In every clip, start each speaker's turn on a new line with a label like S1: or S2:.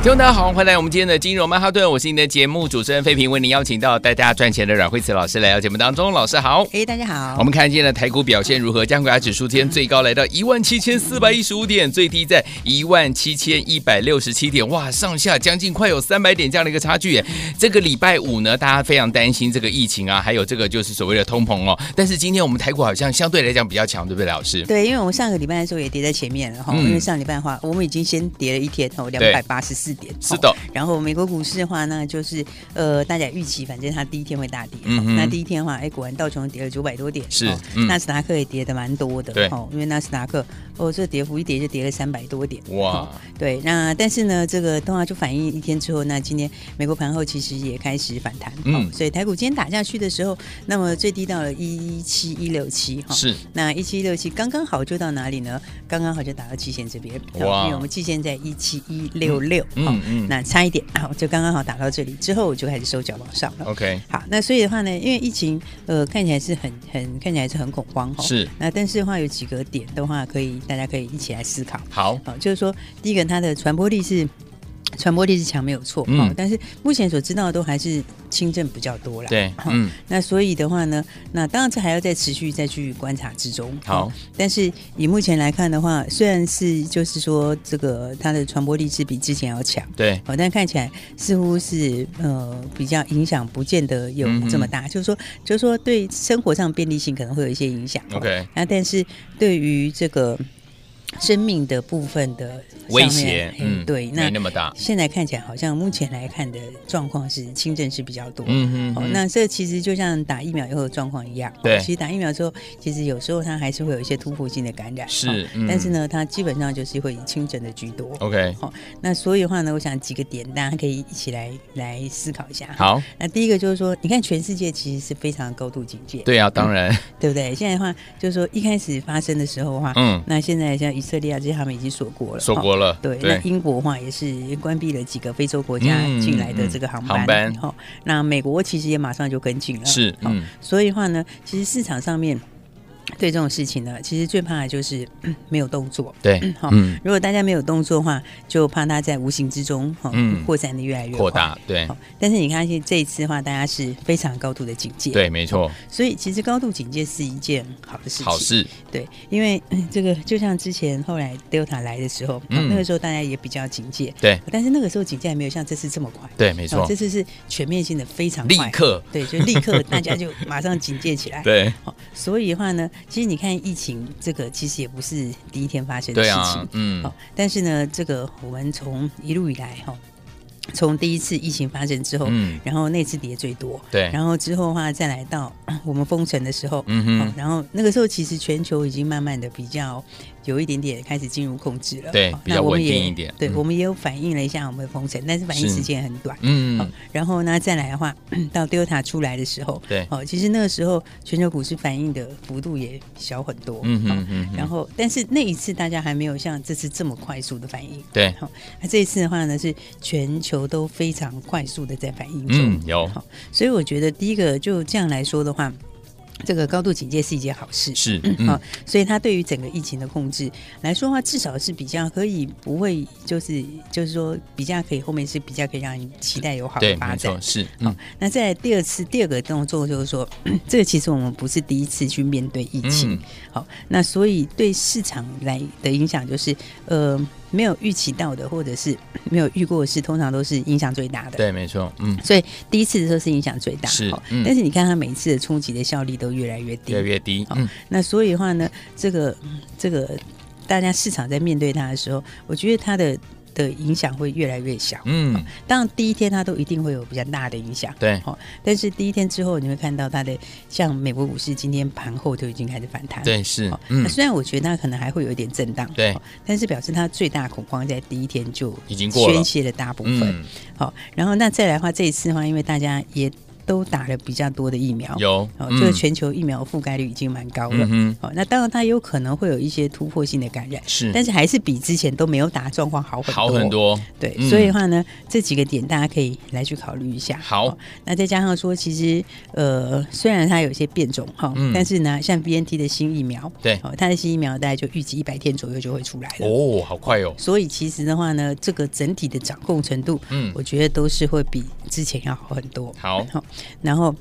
S1: 听众大家好，欢迎来我们今天的金融曼哈顿，我是你的节目主持人费平，为您邀请到带大家赚钱的阮慧慈老师来到节目当中，老师好。
S2: 哎，大家好。
S1: 我们看今天的台股表现如何？加权指数今天最高来到一万七千四百一十五点，最低在一万七千一百六十七点，哇，上下将近快有三百点这样的一个差距耶。这个礼拜五呢，大家非常担心这个疫情啊，还有这个就是所谓的通膨哦。但是今天我们台股好像相对来讲比较强，对不对，老师？
S2: 对，因为我们上个礼拜的时候也跌在前面了哈，
S1: 嗯
S2: 因为上礼拜的话，我们已经先跌了一天哦，两百八十四点。
S1: 是的
S2: 哦然后美国股市的话呢，就是呃，大家预期反正它第一天会大跌，哦
S1: 嗯哼
S2: 那第一天的话，哎，果然道琼跌了九百多点，
S1: 是
S2: 哦
S1: 嗯
S2: 纳斯达克也跌的蛮多的，
S1: 对
S2: 哦，因为纳斯达克哦，这跌幅一跌就跌了三百多点，
S1: 哇，
S2: 对，那但是呢，这个通常就反映一天之后，那今天美国盘后其实也开始反弹，
S1: 嗯
S2: 嗯、所以台股今天打下去的时候，那么最低到了一七一六七哈，
S1: 是
S2: 那一七六七刚刚好就到哪里呢？刚刚好就打到期限这边，
S1: 哇
S2: 哇，因为我们期限在一七一六六，
S1: 嗯
S2: 嗯
S1: 嗯
S2: 嗯，那差一点，好，就刚刚好打到这里之后，我就开始收脚往上了。
S1: ，OK，
S2: 好，那所以的话呢，因为疫情，呃，看起来是很很看起来是很恐慌哦。
S1: 是。
S2: 那但是的话，有几个点的话，可以大家可以一起来思考。
S1: 好，
S2: 好，就是说，第一个它的传播力是。传播力是强没有错，
S1: 嗯
S2: 嗯，但是目前所知道的都还是轻症比较多啦。哦
S1: 对，
S2: 好
S1: 嗯，
S2: 那所以的话呢，那当然这还要再持续再去观察之中。
S1: 好，
S2: 但是以目前来看的话，虽然是就是说这个它的传播力是比之前要强，
S1: 对，
S2: 哦，但看起来似乎是呃比较影响，不见得有
S1: 嗯哼
S2: 这么大。就是说，就是说对生活上便利性可能会有一些影响。
S1: OK
S2: 那、但是对于这个生命的部分的
S1: 威
S2: 上面
S1: 胁，
S2: 嘿
S1: 嗯，
S2: 对，
S1: 没
S2: 那
S1: 那么大，
S2: 现在看起来好像目前来看的状况是轻症是比较多。
S1: 嗯
S2: 哦，那这其实就像打疫苗以后的状况一样，
S1: 对
S2: 哦其实打疫苗之后，其实有时候它还是会有一些突破性的感染，
S1: 是
S2: 哦
S1: 嗯哦
S2: 但是呢，它基本上就是会以轻症的居多。
S1: OK，
S2: 好、那所以的话呢，我想几个点大家可以一起来来思考一下。，
S1: 好，
S2: 那第一个就是说，你看全世界其实是非常高度警戒，
S1: 对啊，当然，
S2: 对不对？现在的话就是说，一开始发生的时候的话，
S1: 嗯，
S2: 那现在像以色列啊这些他们已经锁国了，
S1: 说
S2: 哦
S1: 过了，
S2: 对，那英国的话也是关闭了几个非洲国家
S1: 嗯
S2: 进来的这个航班，
S1: 航班
S2: 哦，那美国其实也马上就跟进了，
S1: 是
S2: 哦
S1: 嗯
S2: 所以的话呢，其实市场上面对这种事情呢，其实最怕的就是嗯没有动作，
S1: 对
S2: 嗯，好、
S1: 嗯，
S2: 如果大家没有动作的话，就怕它在无形之中哈、哦
S1: 嗯
S2: 扩散的越来越
S1: 扩
S2: 快。
S1: 大，对
S2: 好但是你看，现这一次的话，大家是非常高度的警戒，，
S1: 对，没错，
S2: 所以其实高度警戒是一件好的事情，
S1: 好事，
S2: 对，因为、嗯这个就像之前后来 Delta 来的时候，
S1: 嗯
S2: 哦那个时候大家也比较警戒，
S1: 对
S2: 但是那个时候警戒还没有像这次这么快，
S1: 对，没
S2: 哦
S1: 错
S2: 这，次是全面性的非常
S1: 立
S2: 快，
S1: 刻，
S2: 对，就立刻大家就马上警戒起来，
S1: 对
S2: 哦，所以的话呢，其实你看疫情这个其实也不是第一天发生的
S1: 对
S2: 事
S1: 啊
S2: 情，，
S1: 嗯
S2: 哦，但是呢，这个我们从一路以来哈、哦，从第一次疫情发生之后，
S1: 嗯，
S2: 然后那次跌最多，
S1: 对，
S2: 然后之后的话再来到 我们封城的时候，
S1: 嗯
S2: 哦
S1: 哼，
S2: 然后那个时候其实全球已经慢慢的比较有一点点开始进入控制了，
S1: 对
S2: 哦
S1: 比较稳定
S2: 那我们也
S1: 一点
S2: 对，
S1: 嗯
S2: 我们也有反映了一下我们的封城，但是反应
S1: 是
S2: 时间很短。哦
S1: 嗯，
S2: 然后呢，再来的话，到 Delta 出来的时候，
S1: 对
S2: 哦，其实那个时候全球股市反应的幅度也小很多，
S1: 嗯
S2: 哦
S1: 哼嗯
S2: 然
S1: 哼，
S2: 后，但是那一次大家还没有像这次这么快速的反应。
S1: 对，
S2: 好、那这一次的话呢，是全球都非常快速的在反应中。
S1: 嗯，有
S2: 好，所以我觉得第一个就这样来说的话，这个高度警戒是一件好事。
S1: 是，
S2: 好、
S1: 嗯，
S2: 所以它对于整个疫情的控制来说的话，至少是比较可以不会，就是就是说比较可以后面是比较可以让你期待有好
S1: 对，
S2: 的发
S1: 没
S2: 展
S1: 错，。是，嗯，
S2: 那再来第二次第二个动作就是说，这个其实我们不是第一次去面对疫情，
S1: 嗯
S2: 好，那所以对市场来的影响就是，呃，没有预期到的或者是没有遇过的事，通常都是影响最大的。
S1: 对，没错，嗯，
S2: 所以第一次的时候是影响最大，
S1: 是
S2: 好
S1: 嗯
S2: 但是你看它每一次的冲击的效力都越来越低，
S1: 越来越低，
S2: 好
S1: 嗯，
S2: 那所以的话呢，这个这个大家市场在面对它的时候，我觉得它的的影响会越来越小。
S1: 嗯，
S2: 当然，第一天它都一定会有比较大的影响，
S1: 对，
S2: 哦，但是第一天之后，你会看到它的像美国股市今天盘后就已经开始反弹，
S1: 对是
S2: 哦，
S1: 嗯
S2: 那，虽然我觉得它可能还会有一点震荡，
S1: 对
S2: 哦但是表示它最大恐慌在第一天就
S1: 已经过了
S2: 宣泄了大部分。
S1: 嗯，
S2: 好、然后那再来的话，这一次的话，因为大家也都打了比较多的疫苗，
S1: 有，
S2: 哦，
S1: 嗯
S2: 这个全球疫苗覆盖率已经蛮高了。
S1: 嗯哼，
S2: 哦，那当然它有可能会有一些突破性的感染，
S1: 是，
S2: 但是还是比之前都没有打的状况好很多。
S1: 好很多，
S2: 对，
S1: 嗯
S2: 所以的话呢，这几个点大家可以来去考虑一下。
S1: 好
S2: 哦那再加上说，其实呃，虽然它有一些变种哈，
S1: 嗯
S2: 但是呢，像 B N T 的新疫苗，
S1: 对
S2: 哦，它的新疫苗大概就预计一百天左右就会出来了。
S1: 哦，好快哦，
S2: 所以其实的话呢，这个整体的掌控程度，
S1: 嗯
S2: 我觉得都是会比之前要好很多。
S1: 好
S2: 哦然后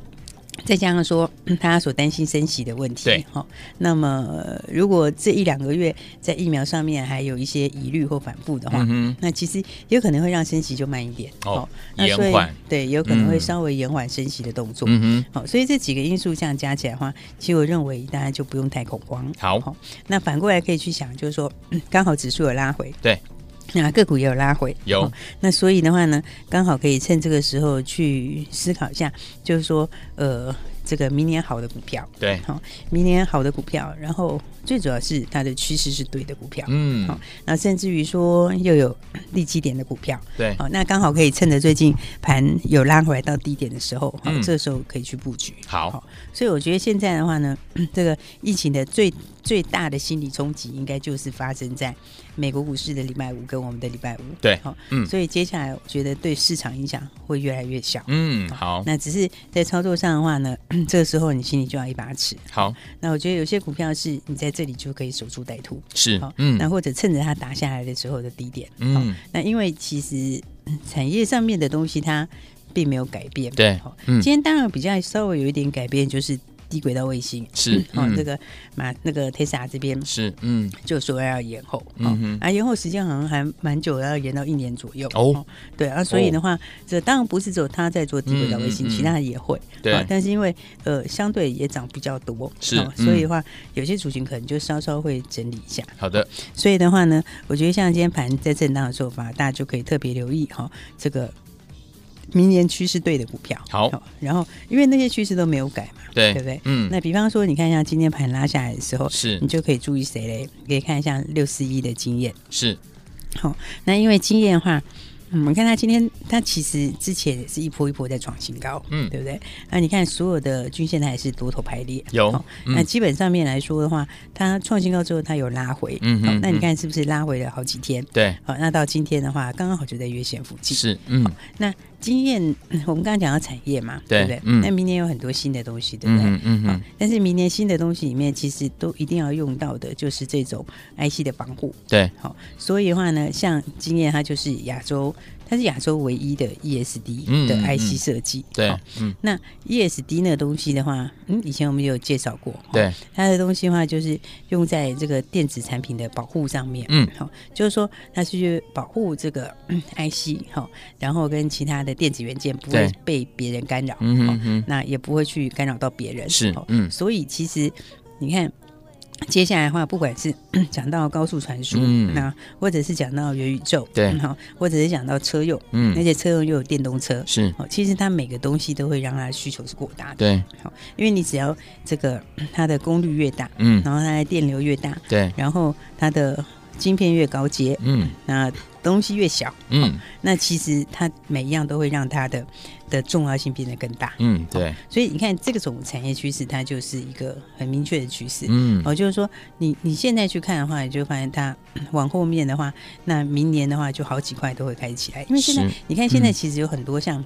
S2: 再加上说 嗯大家所担心升息的问题，
S1: 对
S2: 哦，那么、呃如果这一两个月在疫苗上面还有一些疑虑或反复的话，
S1: 嗯哼，
S2: 那其实有可能会让升息就慢一点
S1: 哦
S2: 那所以
S1: 延缓
S2: 对，有可能会
S1: 嗯
S2: 稍微延缓升息的动作。
S1: 嗯哼，
S2: 好、所以这几个因素这样加起来的话，其实我认为大家就不用太恐慌。
S1: 好
S2: 那反过来可以去想，就是说，嗯刚好指数有拉回，
S1: 对，
S2: 那个股也有拉回，
S1: 有
S2: 哦那所以的话呢，刚好可以趁这个时候去思考一下，就是说，呃，这个明年好的股票，
S1: 对，
S2: 好、明年好的股票，然后最主要是它的趋势是对的股票，
S1: 嗯
S2: 好，那甚至于说又有利基点的股票，
S1: 对，
S2: 好，那刚好可以趁着最近盘有拉回来到低点的时候，好
S1: 嗯，
S2: 这时候可以去布局。
S1: 好，
S2: 好所以我觉得现在的话呢， 这个疫情的最最大的心理冲击，应该就是发生在美国股市的礼拜五跟我们的礼拜五。
S1: 对
S2: 好，
S1: 嗯
S2: 所以接下来我觉得对市场影响会越来越小。
S1: 嗯，好，
S2: 那只是在操作上的话呢， 这个时候你心里就要一把尺。
S1: 好，
S2: 那我觉得有些股票是你在这里就可以守株待兔。
S1: 是
S2: 好，，
S1: 嗯
S2: 那或者趁着它打下来的时候的低点，好
S1: 嗯，
S2: 那因为其实嗯产业上面的东西它并没有改变，
S1: 对
S2: 好
S1: 嗯
S2: 今天当然比较稍微有一点改变，就是低轨道卫星。
S1: 是，
S2: 哦
S1: 嗯，
S2: 这个马那个 Tesla 这边
S1: 是，嗯，
S2: 就说要延后，哦
S1: 嗯哼
S2: 啊，延后时间好像还蛮久，要延到一年左右。
S1: 哦，
S2: 对啊，所以的话，这当然不是只有他在做低轨道卫星，
S1: 嗯嗯嗯
S2: 其他的也会。
S1: 对
S2: 哦但是因为呃，相对也涨比较多，
S1: 是嗯
S2: 所以的话，有些族群可能就稍稍会整理一下。
S1: 好的，
S2: 所以的话呢，我觉得像今天盘在震荡的时候吧，大家就可以特别留意哈、这个明年趋势对的股票。
S1: 好
S2: 然后因为那些趋势都没有改嘛，
S1: 对，
S2: 对不对？
S1: 嗯，
S2: 那比嗯方说，你看一下今天盘拉下来的时候，
S1: 是
S2: 你就可以注意谁嘞？可以看一下六四一的经验。
S1: 是，
S2: 那因为经验的话，嗯，我看它今天它其实之前也是一波一波在创新高，
S1: 嗯
S2: 对不对？那你看所有的均线它也是多头排列，
S1: 有
S2: 哦
S1: 嗯
S2: 那基本上面来说的话，它创新高之后它有拉回，
S1: 嗯哼
S2: 哦那你
S1: 嗯
S2: 看是不是拉回了好几天？
S1: 对，
S2: 好、那到今天的话，刚刚好就在月线附近。
S1: 是，嗯，
S2: 那经验， 嗯我们刚刚讲到产业嘛，
S1: 对
S2: 不对？
S1: 嗯
S2: 那明年有很多新的东西，对
S1: 嗯
S2: 不对？
S1: 哼，嗯
S2: 好
S1: 哼，
S2: 但是明年新的东西里面，其实都一定要用到的就是这种 IC 的防护。
S1: 对，
S2: 好、所以的话呢，像今年它就是亚洲，它是亚洲唯一的
S1: 嗯
S2: ESD
S1: 嗯
S2: 的
S1: 嗯
S2: IC 设计。
S1: 对
S2: 好，
S1: 嗯，
S2: 那 ESD 那个东西的话，嗯，以前我们也有介绍过。哦
S1: 对，
S2: 它的东西的话，就是用在这个电子产品的保护上面。
S1: 嗯，
S2: 好、就是说它是去保护这个 嗯 IC 好、然后跟其他的电子元件不会
S1: 对
S2: 被别人干扰。
S1: 嗯
S2: 好
S1: 哼哼，
S2: 那也不会去干扰到别人。
S1: 是
S2: 哦
S1: 嗯
S2: 所以其实你看。接下来的话，不管是 讲到高速传输，
S1: 嗯
S2: 那或者是讲到元宇宙，
S1: 对
S2: 嗯好，或者是讲到车用，而
S1: 嗯，
S2: 且车用又有电动车，
S1: 是，
S2: 哦，其实它每个东西都会让它的需求是过大的，
S1: 对，
S2: 因为你只要这个它的功率越大，
S1: 嗯，
S2: 然后它的电流越大，
S1: 对，
S2: 然后它的晶片越高阶，
S1: 嗯
S2: 那东西越小，
S1: 嗯
S2: 那其实它每一样都会让它的的重要性变得更大。
S1: 嗯，对，
S2: 所以你看，这个种产业趋势，它就是一个很明确的趋势。
S1: 嗯，
S2: 哦，就是说你你现在去看的话，你就发现它嗯往后面的话，那明年的话就好几块都会开起来，因为现在
S1: 是
S2: 你看现在
S1: 嗯
S2: 其实有很多像、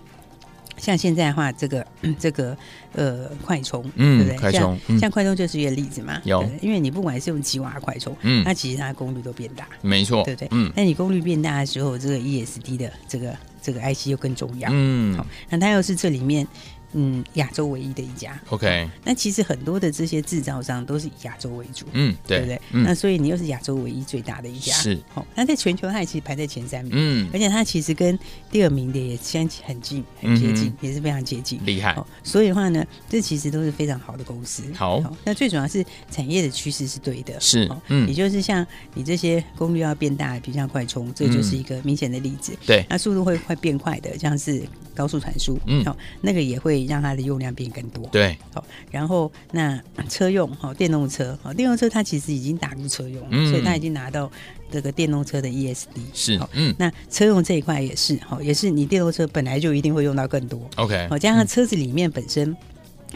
S2: 像现在的话，这个嗯这个呃快充，对
S1: 嗯
S2: 不，对？
S1: 快
S2: 像
S1: 充，嗯
S2: 像快充就是一个例子嘛，
S1: 有
S2: 对不对因为你不管是用几瓦快充，
S1: 嗯
S2: 它，其实它的功率都变大，
S1: 没错，
S2: 对不对
S1: 嗯
S2: 那你功率变大的时 E 候，这个 ESD 的这个这个 IC 又更重要。
S1: 嗯
S2: 好，那它又是这里面嗯亚洲唯一的一家。
S1: OK，
S2: 那其实很多的这些制造商都是以亚洲为主，
S1: 嗯，对
S2: 不对？那
S1: 嗯
S2: 所以你又是亚洲唯一最大的一家，
S1: 是
S2: 好、那在全球它也其实排在前三名，
S1: 嗯，
S2: 而且它其实跟第二名的也相很近，很接近，
S1: 嗯
S2: 也是非常接近。
S1: 厉害，
S2: 哦，所以的话呢，这其实都是非常好的公司。哦
S1: 好
S2: 那最主要是产业的趋势是对的，
S1: 是嗯
S2: 嗯，也就是像你这些功率要变大，比如像快充，这就是
S1: 嗯
S2: 一个明显的例子。
S1: 对，
S2: 那速度会快变快的，像是高速传输，
S1: 嗯
S2: 哦，那个也会让它的用量变更多。
S1: 对，
S2: 好，然后那车用好电动车好电动车它其实已经打入车用了，
S1: 嗯
S2: 所以它已经拿到这个电动车的 E ESD
S1: 是
S2: 好，
S1: 嗯
S2: 哦那车用这一块也是好，也是你电动车本来就一定会用到更多，
S1: ，OK，嗯
S2: 好哦加上车子里面本身。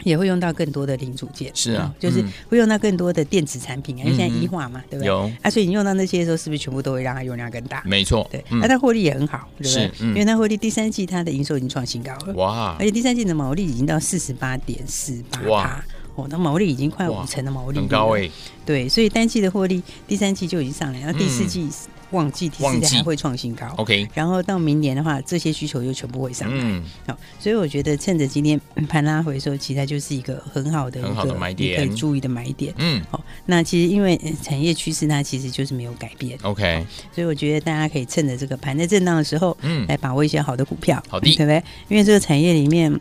S2: 也会用到更多的零组件，
S1: 是啊
S2: 哦就是
S1: 嗯
S2: 会用到更多的电子产品啊，因为现在一化嘛，对不对？
S1: 有
S2: 啊，所以你用到那些的时候，是不是全部都会让它用量更大？
S1: 没错，
S2: 对，那、
S1: 嗯，
S2: 它获利也很好，对不对
S1: 是？嗯
S2: 因为它获利第三季它的营收已经创新高了，
S1: 哇
S2: 而，且第三季的毛利已经到四十八点四八
S1: 哇
S2: 趴，哦，那毛利已经快
S1: 哇
S2: 五成的毛利率
S1: 很高
S2: 了
S1: 哎，
S2: 对，所以单季的获利，第三季就已经上来，然后第四
S1: 嗯
S2: 季旺季，第
S1: 旺
S2: 四
S1: 季
S2: 季还会创新高。
S1: ，OK，
S2: 然后到明年的话，这些啊需求又全部会上来。
S1: 嗯，
S2: 好、所以我觉得趁着今天嗯盘拉回的时候，其实它就是一个很好的一个
S1: 很好的买点
S2: 你可以注意的买点。
S1: 嗯
S2: 好、那其实因为嗯产业趋势它其实就是没有改变，
S1: ，OK，
S2: 所以我觉得大家可以趁着这个盘在震荡的时候，
S1: 嗯，
S2: 来把握一些好的股票，嗯
S1: 好的
S2: 对不对？因为这个产业里面，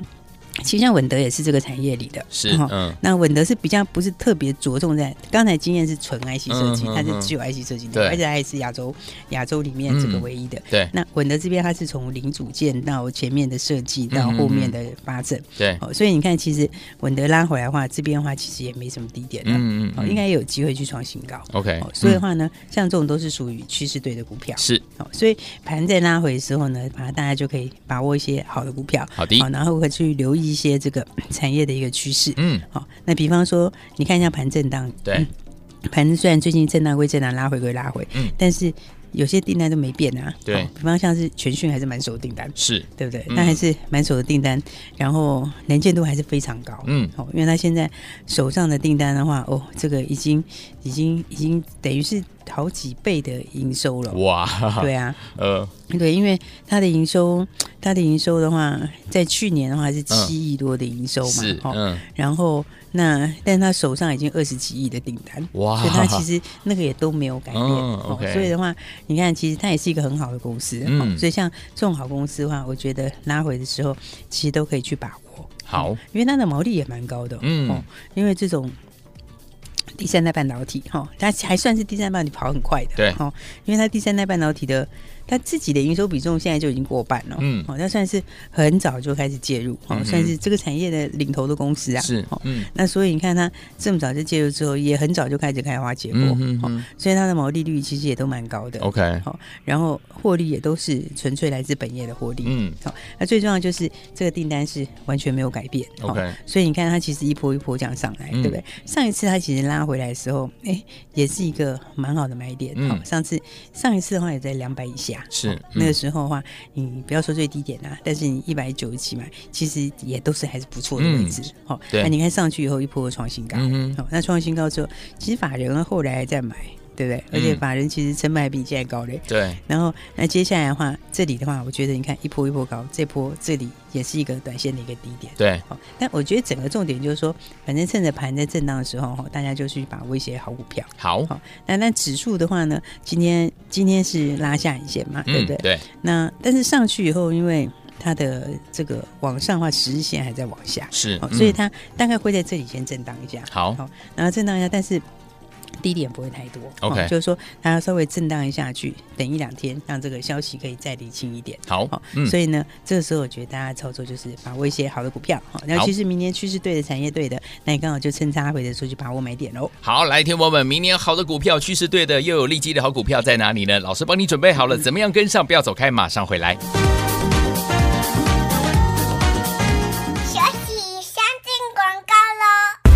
S2: 其实像稳德也是这个产业里的，
S1: 是，
S2: 哦
S1: 嗯，
S2: 那稳德是比较不是特别着重在刚才经验是纯 IC 设计，
S1: 嗯嗯
S2: 它是
S1: 嗯
S2: 只有 IC 设计
S1: 对
S2: 的，而且它也是亚洲亚洲里面这个
S1: 嗯
S2: 唯一的。
S1: 对
S2: 那稳德这边它是从零组件到前面的设计
S1: 嗯
S2: 到
S1: 嗯
S2: 后面的发展，
S1: 对，
S2: 哦，所以你看其实稳德拉回来的话，这边的话其实也没什么低点的，
S1: 嗯嗯
S2: 哦，
S1: 嗯，
S2: 应该有机会去创新高。
S1: OK，
S2: 哦，所以的
S1: 嗯
S2: 话呢，像这种都是属于趋势对的股票。
S1: 是
S2: 哦，所以盘在拉回的时候呢，把大家就可以把握一些好的股票，
S1: 好的
S2: 好，然后会去留意一些这个产业的一个趋势。
S1: 嗯，
S2: 好、那比方说，你看一下盘震荡，
S1: 对，
S2: 盘虽然最近震荡归震荡，拉回归拉回，
S1: 嗯
S2: 但是有些订单都没变啊。
S1: 对
S2: 好比方像是全讯还是满手的订单，
S1: 是，
S2: 对不对？
S1: 嗯
S2: 那还是满手的订单，然后能见度还是非常高。
S1: 嗯，
S2: 哦，因为他现在手上的订单的话，哦，这个已经已经已经等于是好几倍的营收了。
S1: 哇，
S2: 对啊，
S1: 呃，
S2: 对，因为它的营收，它的营收的话，在去年的话是七亿多的营收嘛，
S1: 嗯是，
S2: 哦
S1: 嗯，
S2: 然后那，但他手上已经二十几亿的订单，
S1: 哇
S2: 所以他 其实那个也都没有改变。哦
S1: 嗯 OK
S2: 所以的话，你看，其实它也是一个很好的公司。
S1: 嗯
S2: 哦所以像这种好公司的话，我觉得拉回的时候，其实都可以去把握。
S1: 好，
S2: 因为它的毛利也蛮高的。
S1: 嗯
S2: 哦，因为这种。第三代半导体，哈、哦，它还算是第三代半导体跑很快的，
S1: 对
S2: 哦，因为它第三代半导体的它自己的营收比重现在就已经过半了，
S1: 嗯
S2: 哦，它算是很早就开始介入，哦，
S1: 嗯哼
S2: 算是这个产业的领头的公司啊，
S1: 是
S2: 哦，，
S1: 嗯，
S2: 那所以你看它这么早就介入之后，也很早就开始开花结果，
S1: 嗯嗯
S2: 哦
S1: 嗯
S2: 所以它的毛利率其实也都蛮高的，
S1: ，OK，
S2: 好、然后获利也都是纯粹来自本业的获利，
S1: 嗯
S2: 好、那最重要就是这个订单是完全没有改变。
S1: OK
S2: 所以你看它其实一波一波这样上来，
S1: 嗯
S2: 对不对？上一次它其实拉回来的时候，哎、也是一个蛮好的买点。
S1: 嗯
S2: 好上次上一次的话也在两百以下，
S1: 是
S2: 好
S1: 嗯
S2: 那个时候的话，你不要说最低点啊，但是你一百九十几嘛，其实也都是还是不错的位置。好、
S1: 嗯对
S2: 那你看上去以后一波又创新高，好、
S1: 嗯哼
S2: 那创新高之后，其实法人后来还在买。对不对？而且
S1: 嗯
S2: 法人其实成本还比现在高嘞，
S1: 对，
S2: 然后那接下来的话，这里的话，我觉得你看一波一波高，这波这里也是一个短线的一个低点。
S1: 对，
S2: 好，但我觉得整个重点就是说，反正趁着盘在震荡的时候，哈，大家就去把握一些好股票。
S1: 好，
S2: 好，那那指数的话呢，今天今天是拉下影线嘛，
S1: 嗯，
S2: 对不对？
S1: 对，
S2: 那但是上去以后，因为它的这个往上的话，十日线还在往下，
S1: 是
S2: 好，，所以
S1: 嗯
S2: 它大概会在这里先震荡一下。
S1: 好，
S2: 好，然后震荡一下，但是低点不会太多。哦
S1: OK
S2: 就是说它要稍微震荡一下去，等一两天，让这个消息可以再理清一点。
S1: 好
S2: 好，，
S1: 嗯，
S2: 所以呢，这个时候我觉得大家操作就是把握一些好的股票，好，然后其实明年趋势对的，产业对的，那你刚好就趁它回的时候去把握买点喽。
S1: 好，来，听众朋友们，明年好的股票趋势对的，又有利基的好股票在哪里呢？老师帮你准备好了，怎么样跟上？不要走开，马上回来。
S3: 学习先进广告喽。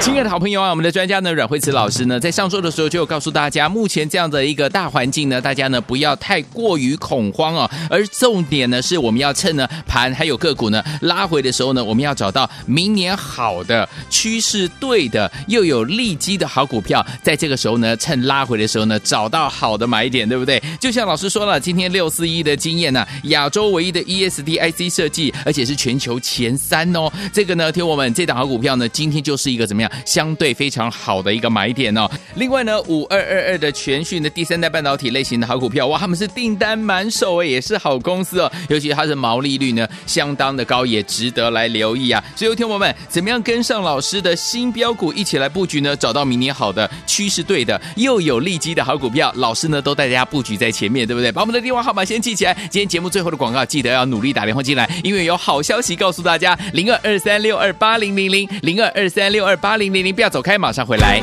S1: 亲爱的好朋友啊，我们的专家呢阮慧慈老师呢，在上周的时候就有告诉大家，目前这样的一个大环境呢，大家呢不要太过于恐慌哦。而重点呢是我们要趁呢盘还有个股呢拉回的时候呢，我们要找到明年好的趋势对的又有利基的好股票，在这个时候呢，趁拉回的时候呢，找到好的买点，对不对？就像老师说了，今天六四一的经验呢、亚洲唯一的 E ESDIC 设计，而且是全球前三哦。这个呢，听我们这档好股票呢，今天就是一个怎么样，相对非常好的一个买点哦。另外呢，五二二二的全讯的第三代半导体类型的好股票，哇，他们是订单满手哎，也是好公司哦。尤其它的毛利率呢，相当的哦高，也值得来留意啊。所以，听我们怎么样跟上老师的新标股一起来布局呢？找到明年好的趋势对的，又有利基的好股票，老师呢都带大家布局在前面，对不对？把我们的电话号码先记起来。今天节目最后的广告，记得要努力打电话进来，因为有好消息告诉大家：零二二三六二八零零零，零二二三六二八零零零，不要走开，马上回来。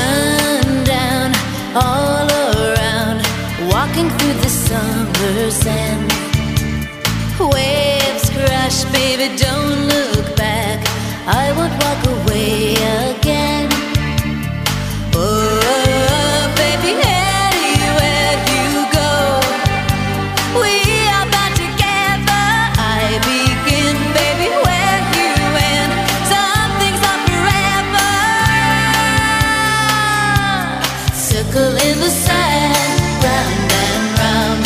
S4: sundown all around, walking through the summer sand. Waves crash, baby, don't look back. I won't walk away again. Oh, baby, anywhere you go, we are bound together. I begin, baby, where you end. Some things are forever. Circle in the sand, round and round.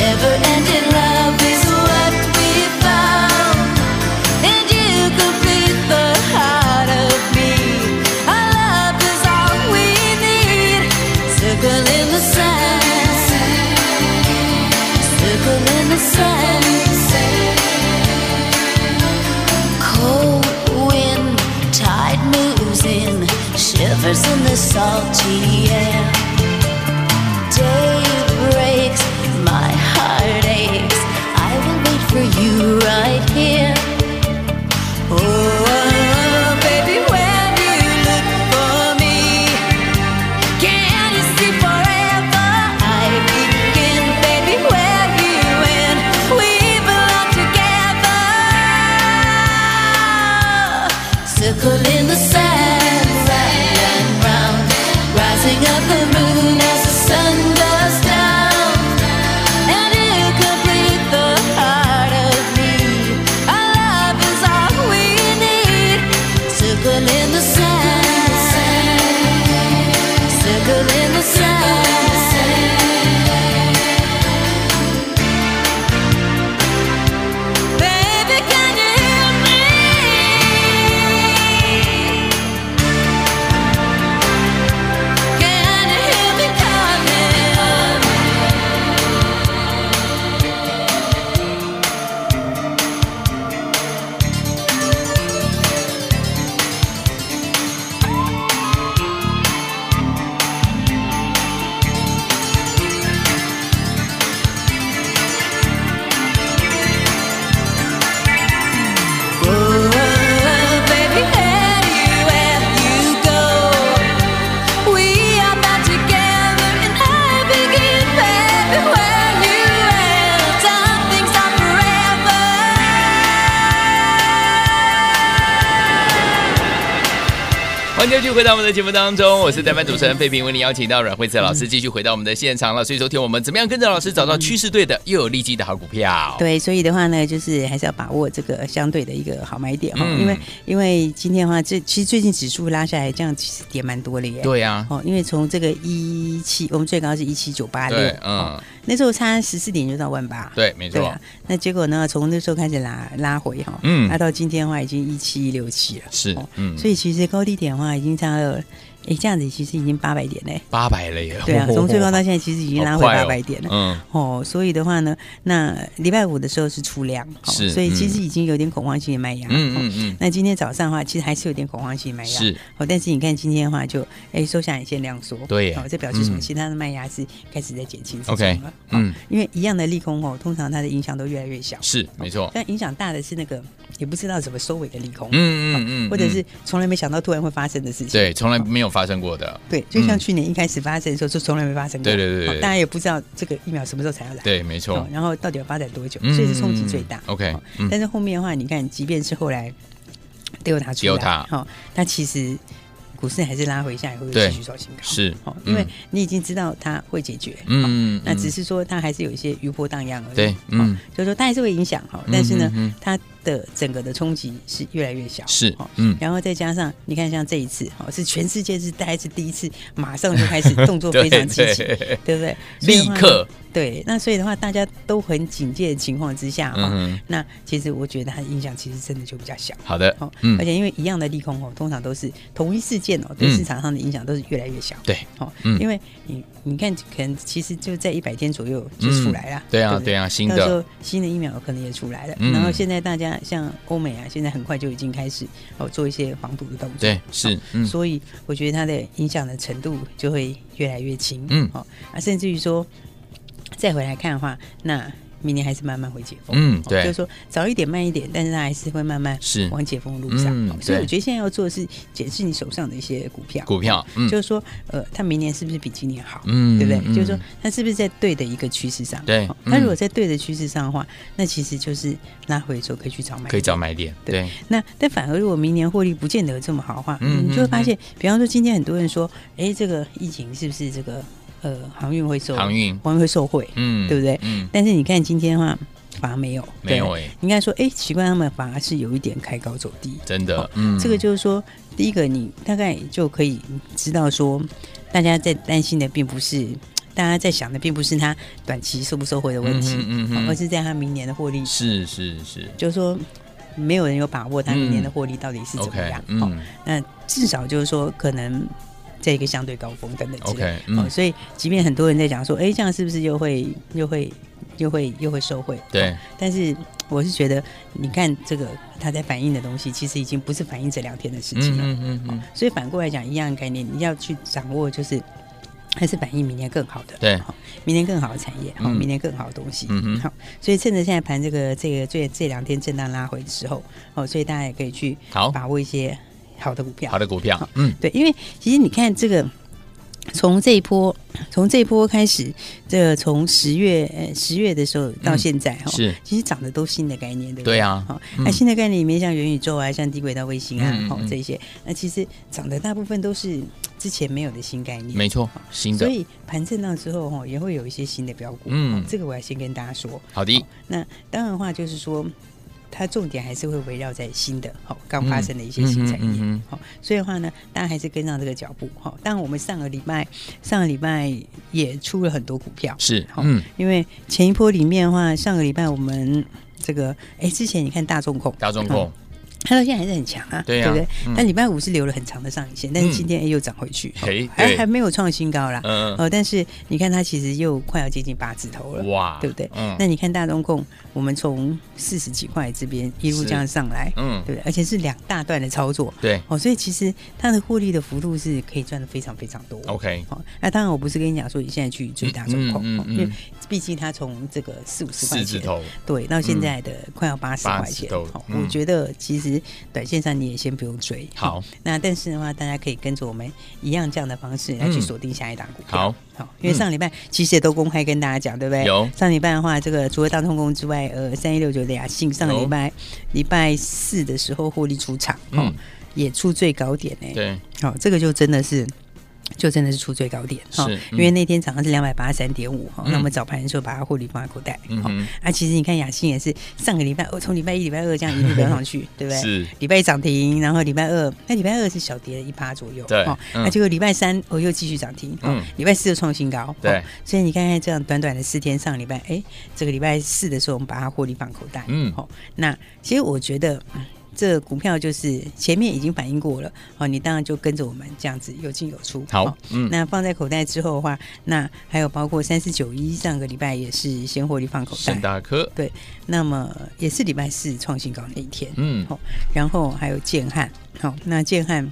S4: Never ending love is what we found. And you complete the heart of me. Our love is all we need. Circle in the sand. Circle in the sand. Cold wind, tide moves in, shivers in the salty air. Day breaks, my heart aches. I will wait for you right here. Oh, baby, when you look for me, can you see forever? I begin, baby, where you end. We belong together. Circle in the sand, round and round, rising up the moon as the sun does
S1: 欢迎继续回到我们的节目当中，我是代班主持人费平，为您邀请到阮慧慈老师继续回到我们的现场了。所以昨天我们怎么样跟着老师找到趋势对的又有利基的好股票？
S2: 对，所以的话呢，就是还是要把握这个相对的一个好买点哈、
S1: 嗯
S2: 因为因为今天的话，这其实最近指数拉下来，这样其实跌蛮多的耶。
S1: 对啊呀、
S2: 哦，因为从这个一七，我们最高是一七九八六
S1: 对，，
S2: 哦
S1: 嗯，
S2: 那时候差十四点就到万八，
S1: 对，没
S2: 对
S1: 错
S2: 啊，，那结果呢，从那时候开始拉拉回哈，
S1: 嗯
S2: 那到今天的话已经一七一六七了，
S1: 是
S2: 哦，
S1: 嗯，
S2: 所以其实高低点的话已经差了，哎，这样子其实已经八百点嘞，
S1: 八百了耶，
S2: 对啊，从最高到现在其实已经拉回八
S1: 好快
S2: 百
S1: 哦
S2: 点了，
S1: 嗯，
S2: 哦，所以的话呢，那礼拜五的时候是出量，哦
S1: 是
S2: 所以其实
S1: 嗯
S2: 已经有点恐慌性的卖压。
S1: 嗯
S2: 哦
S1: 嗯嗯
S2: 那今天早上的话，其实还是有点恐慌性的卖压。
S1: 是。
S2: 哦，但是你看今天的话就，哎收下影线量缩。
S1: 对耶
S2: 哦，这表示什么？
S1: 嗯
S2: 其他的卖压是开始在减轻之中
S1: OK，
S2: 了。
S1: 嗯
S2: 哦，因为一样的利空哦，通常它的影响都越来越小。
S1: 是没错，
S2: 但影响大的是那个也不知道怎么收尾的利空，
S1: 嗯嗯嗯，
S2: 哦或者
S1: 嗯
S2: 是从来没想到突然会发生的事情。
S1: 对，从来没有发生过的，
S2: 对，就像
S1: 嗯
S2: 去年一开始发生的时候，就从来没发生过。
S1: 对对对
S2: 哦
S1: 对
S2: 大家也不知道这个疫苗什么时候才要来。
S1: 对，没错
S2: 哦，，然后到底要发展多久，
S1: 嗯
S2: 所以是冲击最大。
S1: OK，
S2: 哦
S1: 嗯
S2: 但是后面的话，你看，即便是后来丢它出来，
S1: Delta
S2: 好、它其实股市还是拉回下来，会
S1: 对
S2: 继续创新高，
S1: 是
S2: 哦，
S1: 嗯
S2: 因为你已经知道它会解决，哦
S1: 嗯，
S2: 那只
S1: 是
S2: 是说它还是有一些余波荡漾而已，
S1: 对
S2: 哦
S1: 嗯，
S2: 就是说它还是会影响哈，哦但是呢
S1: 嗯嗯嗯，
S2: 它的整个的冲击是越来越小，
S1: 是
S2: 哦，
S1: 嗯，
S2: 然后再加上你看，像这一次，哦，是全世界是大概是第一次，马上就开始动 作非常积极，
S1: 对对
S2: 对不对？所以
S1: 立
S2: 的话呢
S1: 刻，
S2: 对，那所以的话，大家都很警戒的情况之下哈、
S1: 嗯哼
S2: 那其实我觉得它的影响其实真的就比较小。
S1: 好的
S2: 哦，，
S1: 嗯
S2: 而，且因为一样的利空哦，通常都是同一事件哦，对
S1: 嗯
S2: 市场上的影响都是越来越小。
S1: 对，
S2: 哦，
S1: 嗯
S2: 因为你你看，可能其实就在一百天左右就出来了、
S1: 对啊
S2: 不
S1: 对啊新的
S2: 到时候新的疫苗可能也出来了，
S1: 嗯
S2: 然后现在大家像欧美啊，现在很快就已经开始哦做一些防堵的动作。
S1: 对，是
S2: 哦，
S1: 嗯，
S2: 所以我觉得它的影响的程度就会越来越轻，
S1: 嗯
S2: 哦，啊，甚至于说再回来看的话，那明年还是慢慢会解封，
S1: 嗯
S2: 哦
S1: 对
S2: 就是说早一点慢一点，但是它还是会慢慢
S1: 是
S2: 往解封的路上，
S1: 嗯
S2: 哦所以
S1: 对
S2: 我觉得现在要做的是检视你手上的一些股票，
S1: 股票，嗯，
S2: 就是说呃，它明年是不是比今年好，
S1: 嗯
S2: 对不对？
S1: 嗯
S2: 就是说它是不是在对的一个趋势上，
S1: 对
S2: 哦
S1: 嗯
S2: 它如果在对的趋势上的话，那其实就是拉回之后可以去找买，
S1: 可以找。买点，
S2: 对
S1: 对，
S2: 那但反而如果明年获利不见得这么好的话，
S1: 嗯
S2: 你就会发
S1: 嗯
S2: 现，比方说今天很多人说，哎，这个疫情是不是这个呃航运会受
S1: 航运
S2: 航运会受惠？
S1: 嗯，
S2: 对不对
S1: 嗯，
S2: 但是你看今天的话，反而没有，
S1: 没有
S2: 对
S1: 哎，
S2: 应该说，哎，奇怪，他们反而是有一点开高走低。
S1: 真
S2: 哦
S1: 的，嗯，
S2: 这个就是说，第一个你大概就可以知道说，大家在担心的并不是，大家在想的并不是它短期收不收回的问题，
S1: 嗯哼嗯哼
S2: 哦而是在它明年的获利
S1: 是是是
S2: 就是说没有人有把握它明年的
S1: 嗯
S2: 获利到底是怎么
S1: ，OK，
S2: 样。哦，
S1: 嗯
S2: 那至少就是说可能在一个相对高峰等等之类。
S1: ，OK，
S2: 哦，
S1: 嗯，
S2: 所以即便很多人在讲说，哎，这样是不是又会又会又会又会受贿？
S1: 对
S2: 哦，但是我是觉得，你看这个它在反映的东西，其实已经不是反映这两天的事情了。
S1: 嗯嗯嗯，
S2: 所以反过来讲，一样的概念，你要去掌握，就是还是反映明年更好的，
S1: 对
S2: 好，明年更好的产业，好，
S1: 嗯
S2: 明年更好的东西，
S1: 嗯哼
S2: 好，所以趁着现在盘这个这个这这两天震荡拉回的时候，哦，所以大家也可以去
S1: 好
S2: 把握一些好的股票，
S1: 好的股票，嗯，
S2: 对，因为其实你看这个，从这一波，从这一波开始，这个从十月呃十月的时候到现在哈、
S1: 嗯是
S2: 其实涨的都新的概念，对不
S1: 对啊
S2: 好，
S1: 嗯
S2: 那、新的概念里面像元宇宙啊，像低轨道卫星啊，
S1: 嗯嗯
S2: 哦
S1: 嗯
S2: 这一些，那其实涨的大部分都是之前没有的新概念，
S1: 没错，新的
S2: 所，以盘震荡之后哈、也会有一些新的标股，
S1: 嗯
S2: 哦这个我要先跟大家说。
S1: 好的
S2: 好，那当然的话就是说，它重点还是会围绕在新的好刚发生的一些新产
S1: 嗯嗯嗯嗯
S2: 业
S1: 嗯，
S2: 好、所以的话呢，大家还是跟上这个脚步哈。当然，我们上个礼拜上个礼拜也出了很多股票，
S1: 是，
S2: 好
S1: 嗯，
S2: 因为前一波里面的话，上个礼拜我们这个哎之前你看大众控，
S1: 大众控
S2: 哦，它到现在还是很强啊，
S1: 对呀
S2: 不对？
S1: 嗯
S2: 但礼拜五是留了很长的上影线，但是今天哎又涨回去，哦
S1: 嘿
S2: 还
S1: 对
S2: 还没有创新高啦。
S1: 嗯，
S2: 哦，但是你看它其实又快要接近八字头了，
S1: 哇，
S2: 对不对？
S1: 嗯
S2: 那你看大东控，我们从四十几块这边一路这样上来，
S1: 嗯
S2: 对，不对？而且是两大段的操作，
S1: 对
S2: 哦，所以其实它的获利的幅度是可以赚的非常非常多。
S1: ，OK，
S2: 哦，那当然我不是跟你讲说你现在去追大中控，
S1: 嗯嗯
S2: 哦
S1: 嗯
S2: 因为毕竟它从这个四五十块
S1: 四字
S2: 钱，
S1: 头，
S2: 对，到现在的快要八十块
S1: 80
S2: 钱，
S1: 头
S2: 哦
S1: 嗯
S2: 我觉得其实实短线上你也先不用追。
S1: 好
S2: 哦 那但是的话，大家可以跟着我们一样这样的方式来去锁定下一档股票。
S1: 嗯好，嗯
S2: 好，因为上礼拜其实也都公开跟大家讲，对不对？
S1: 有
S2: 上礼拜的话，这个除了大通工之外，呃，三一六九的雅信上个
S1: 有
S2: 礼拜礼拜四的时候获利出场，哦
S1: 嗯，
S2: 也出最高点呢、
S1: 对，
S2: 好、这个就真的是。就真的是出最高点哈
S1: 是，嗯
S2: 因为那天早上是两百八十三点五哈，
S1: 嗯
S2: 那么早盘的时候把它获利放在口袋
S1: 嗯
S2: 哈
S1: 哼。
S2: 啊，其实你看雅欣也是上个礼拜，我从礼拜一、礼拜二这样一路 飙上去，对不对？
S1: 是
S2: 礼拜一涨停，然后礼拜二，那礼拜二是小跌一趴左右，
S1: 对
S2: 哦
S1: 嗯
S2: 那结果礼拜三我又继续涨停，哦
S1: 嗯
S2: 礼拜四又创新高，哦
S1: 对
S2: 所以你看看这样短短的四天，上礼拜哎，这个礼拜四的时候我们把它获利放口袋，
S1: 嗯
S2: 好，那其实我觉得。嗯这股票就是前面已经反映过了，哦，你当然就跟着我们这样子有进有出。
S1: 好
S2: 哦，
S1: 嗯，
S2: 那放在口袋之后的话，那还有包括三四九一上个礼拜也是先获利放口
S1: 盛
S2: 袋，
S1: 大科，
S2: 对，那么也是礼拜四创新高那一天，
S1: 嗯
S2: 好、然后还有建汉，好、那建汉。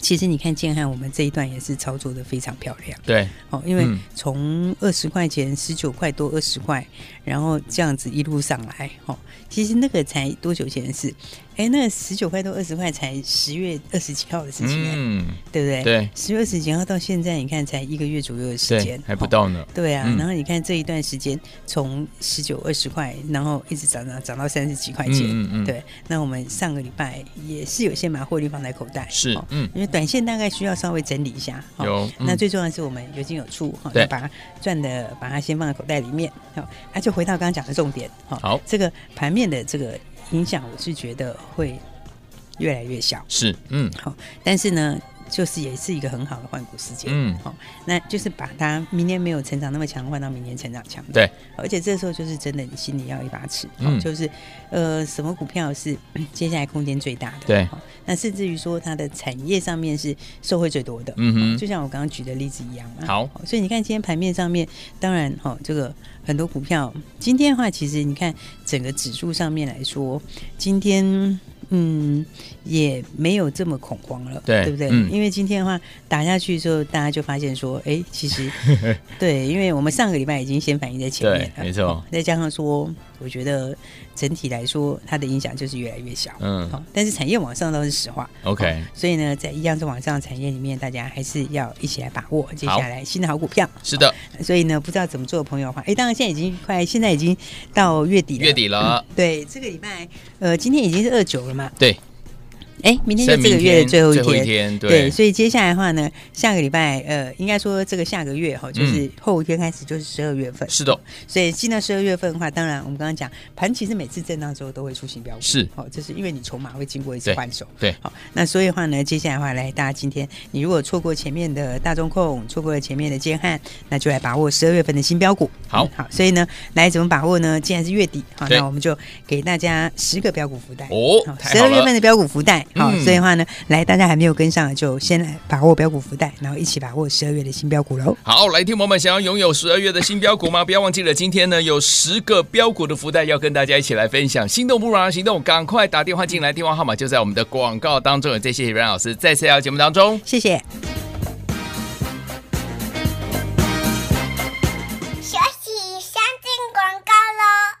S2: 其实你看建汉，我们这一段也是操作的非常漂亮
S1: 对，
S2: 哦，因为
S1: 嗯
S2: 从二十块钱、十九块多、二十块，然后这样子一路上来哦。其实那个才多久前的事？哎，那个十九块多、二十块才十月二十几号的事情、哎
S1: 嗯，
S2: 对不对？
S1: 对
S2: 十月二十几号到现在，你看才一个月左右的时
S1: 对
S2: 间，，
S1: 还不
S2: 哦
S1: 到呢，
S2: 对啊，
S1: 嗯
S2: 然后你看这一段时间从十九二十块，然后一直涨涨涨到三十几块钱，
S1: 嗯嗯嗯
S2: 对。那我们上个礼拜也是有先把获利放在口袋，
S1: 是
S2: 哦
S1: 嗯
S2: 因为短线大概需要稍微整理一下，哦
S1: 有嗯
S2: 那最重要的是我们有进有出，哈、
S1: 对
S2: 那把它赚的把它先放在口袋里面，好、那、就回到刚刚讲的重点，好
S1: 好
S2: 这个盘面的这个影响，我是觉得会越来越小，
S1: 是，嗯，
S2: 好、但是呢，就是也是一个很好的换股时间。
S1: 嗯
S2: 好、那就是把它明年没有成长那么强，换到明年成长强。哦
S1: 对，
S2: 而且这时候就是真的，你心里要有一把尺，哦
S1: 嗯
S2: 就是呃，什么股票是 嗯接下来空间最大的？
S1: 对
S2: 哦那甚至于说它的产业上面是受惠最多的。
S1: 嗯哼
S2: 哦就像我刚刚举的例子一样嘛。
S1: 好
S2: 哦，所以你看今天盘面上面，当然哈、哦，这个很多股票，今天的话，其实你看整个指数上面来说，今天嗯也没有这么恐慌了，
S1: 对
S2: 对不对？
S1: 嗯
S2: 因为今天的话打下去之后，大家就发现说，哎，其实对，因为我们上个礼拜已经先反映在前面
S1: 对
S2: 了，
S1: 没错
S2: 哦再加上说，我觉得整体来说它的影响就是越来越小，
S1: 嗯
S2: 好、但是产业往上倒是实话
S1: OK
S2: 哦所以呢，在一样是往上的产业里面，大家还是要一起来把握接下来新的好股票。
S1: 是的，
S2: 所以呢，不知道怎么做的朋友的话，哎，当然现在已经快，现在已经到月底了，
S1: 月底了，
S2: 对，这个礼拜，呃，今天已经是二九了嘛，
S1: 对，
S2: 哎，明天
S1: 在
S2: 就这
S1: 明
S2: 个月的最后一天，
S1: 天，
S2: 对，
S1: 对，
S2: 所以接下来的话呢，下个礼拜，呃，应该说这个下个月哈，就是后天开始就是十二月份，
S1: 嗯是的，
S2: 所以进到十二月份的话，当然我们刚刚讲，盘其实每次震荡之后都会出现标股，
S1: 是
S2: 哦，这是因为你筹码会经过一次
S1: 对
S2: 换手，
S1: 对
S2: 好、那所以的话呢，接下来的话，来大家今天你如果错过前面的大众控，错过了前面的建汉，那就来把握十二月份的新标股，嗯
S1: 好
S2: 好，所以呢，来怎么把握呢？既然是月底，好，
S1: 对
S2: 那我们就给大家十个标股福袋
S1: 哦太
S2: 十
S1: 好
S2: 二
S1: 了
S2: 月份的标股福袋，好、
S1: 嗯
S2: 所以的话呢，来大家还没有跟上的，就先来把握标股福袋，然后一起把握十二月的新标股喽。
S1: 好，来听友们想要拥有十二月的新标股吗？不要忘记了，今天呢有十个标股的福袋要跟大家一起来分享，心动不如马上行动，赶快打电话进来，电话号码就在我们的广告当中。也谢谢阮老师再次来到节目当中。
S2: 谢谢。
S5: 学习相进广告喽。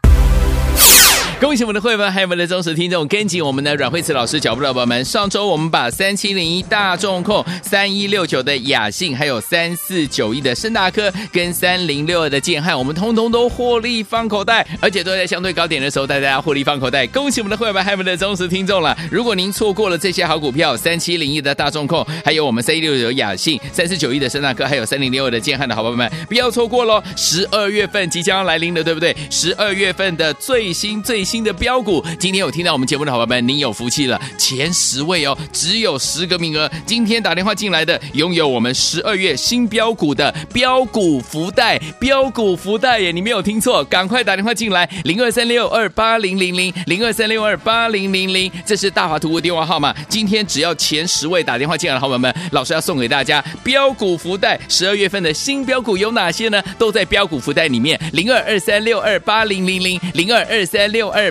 S1: 恭喜我们的会员，还有我们的忠实听众，跟紧我们的阮慧慈老师脚步的宝宝们。上周我们把三七零一大众控、三一六九的雅信，还有三四九一的深达科跟三零六二的建汉，我们通通都获利放口袋，而且都在相对高点的时候带大家获利放口袋。恭喜我们的会员，还有我们的忠实听众了。如果您错过了这些好股票，三七零一的大众控，还有我们三一六九雅信、三四九一的深大科，还有三零六二的建汉的好朋友们，不要错过喽！十二月份即将要来临了，对不对？十二月份的最新最新的标股，今天有听到我们节目的好朋友们，您有福气了，前十位哦，只有十个名额。今天打电话进来的，拥有我们十二月新标股的标股福袋，标股福袋耶！你没有听错，赶快打电话进来，零二三六二八零零零零二三六二八零零零，这是大华图的电话号码。今天只要前十位打电话进来的好朋友们，老师要送给大家标股福袋，十二月份的新标股有哪些呢？都在标股福袋里面，零二二三六二八零零零零二二三六二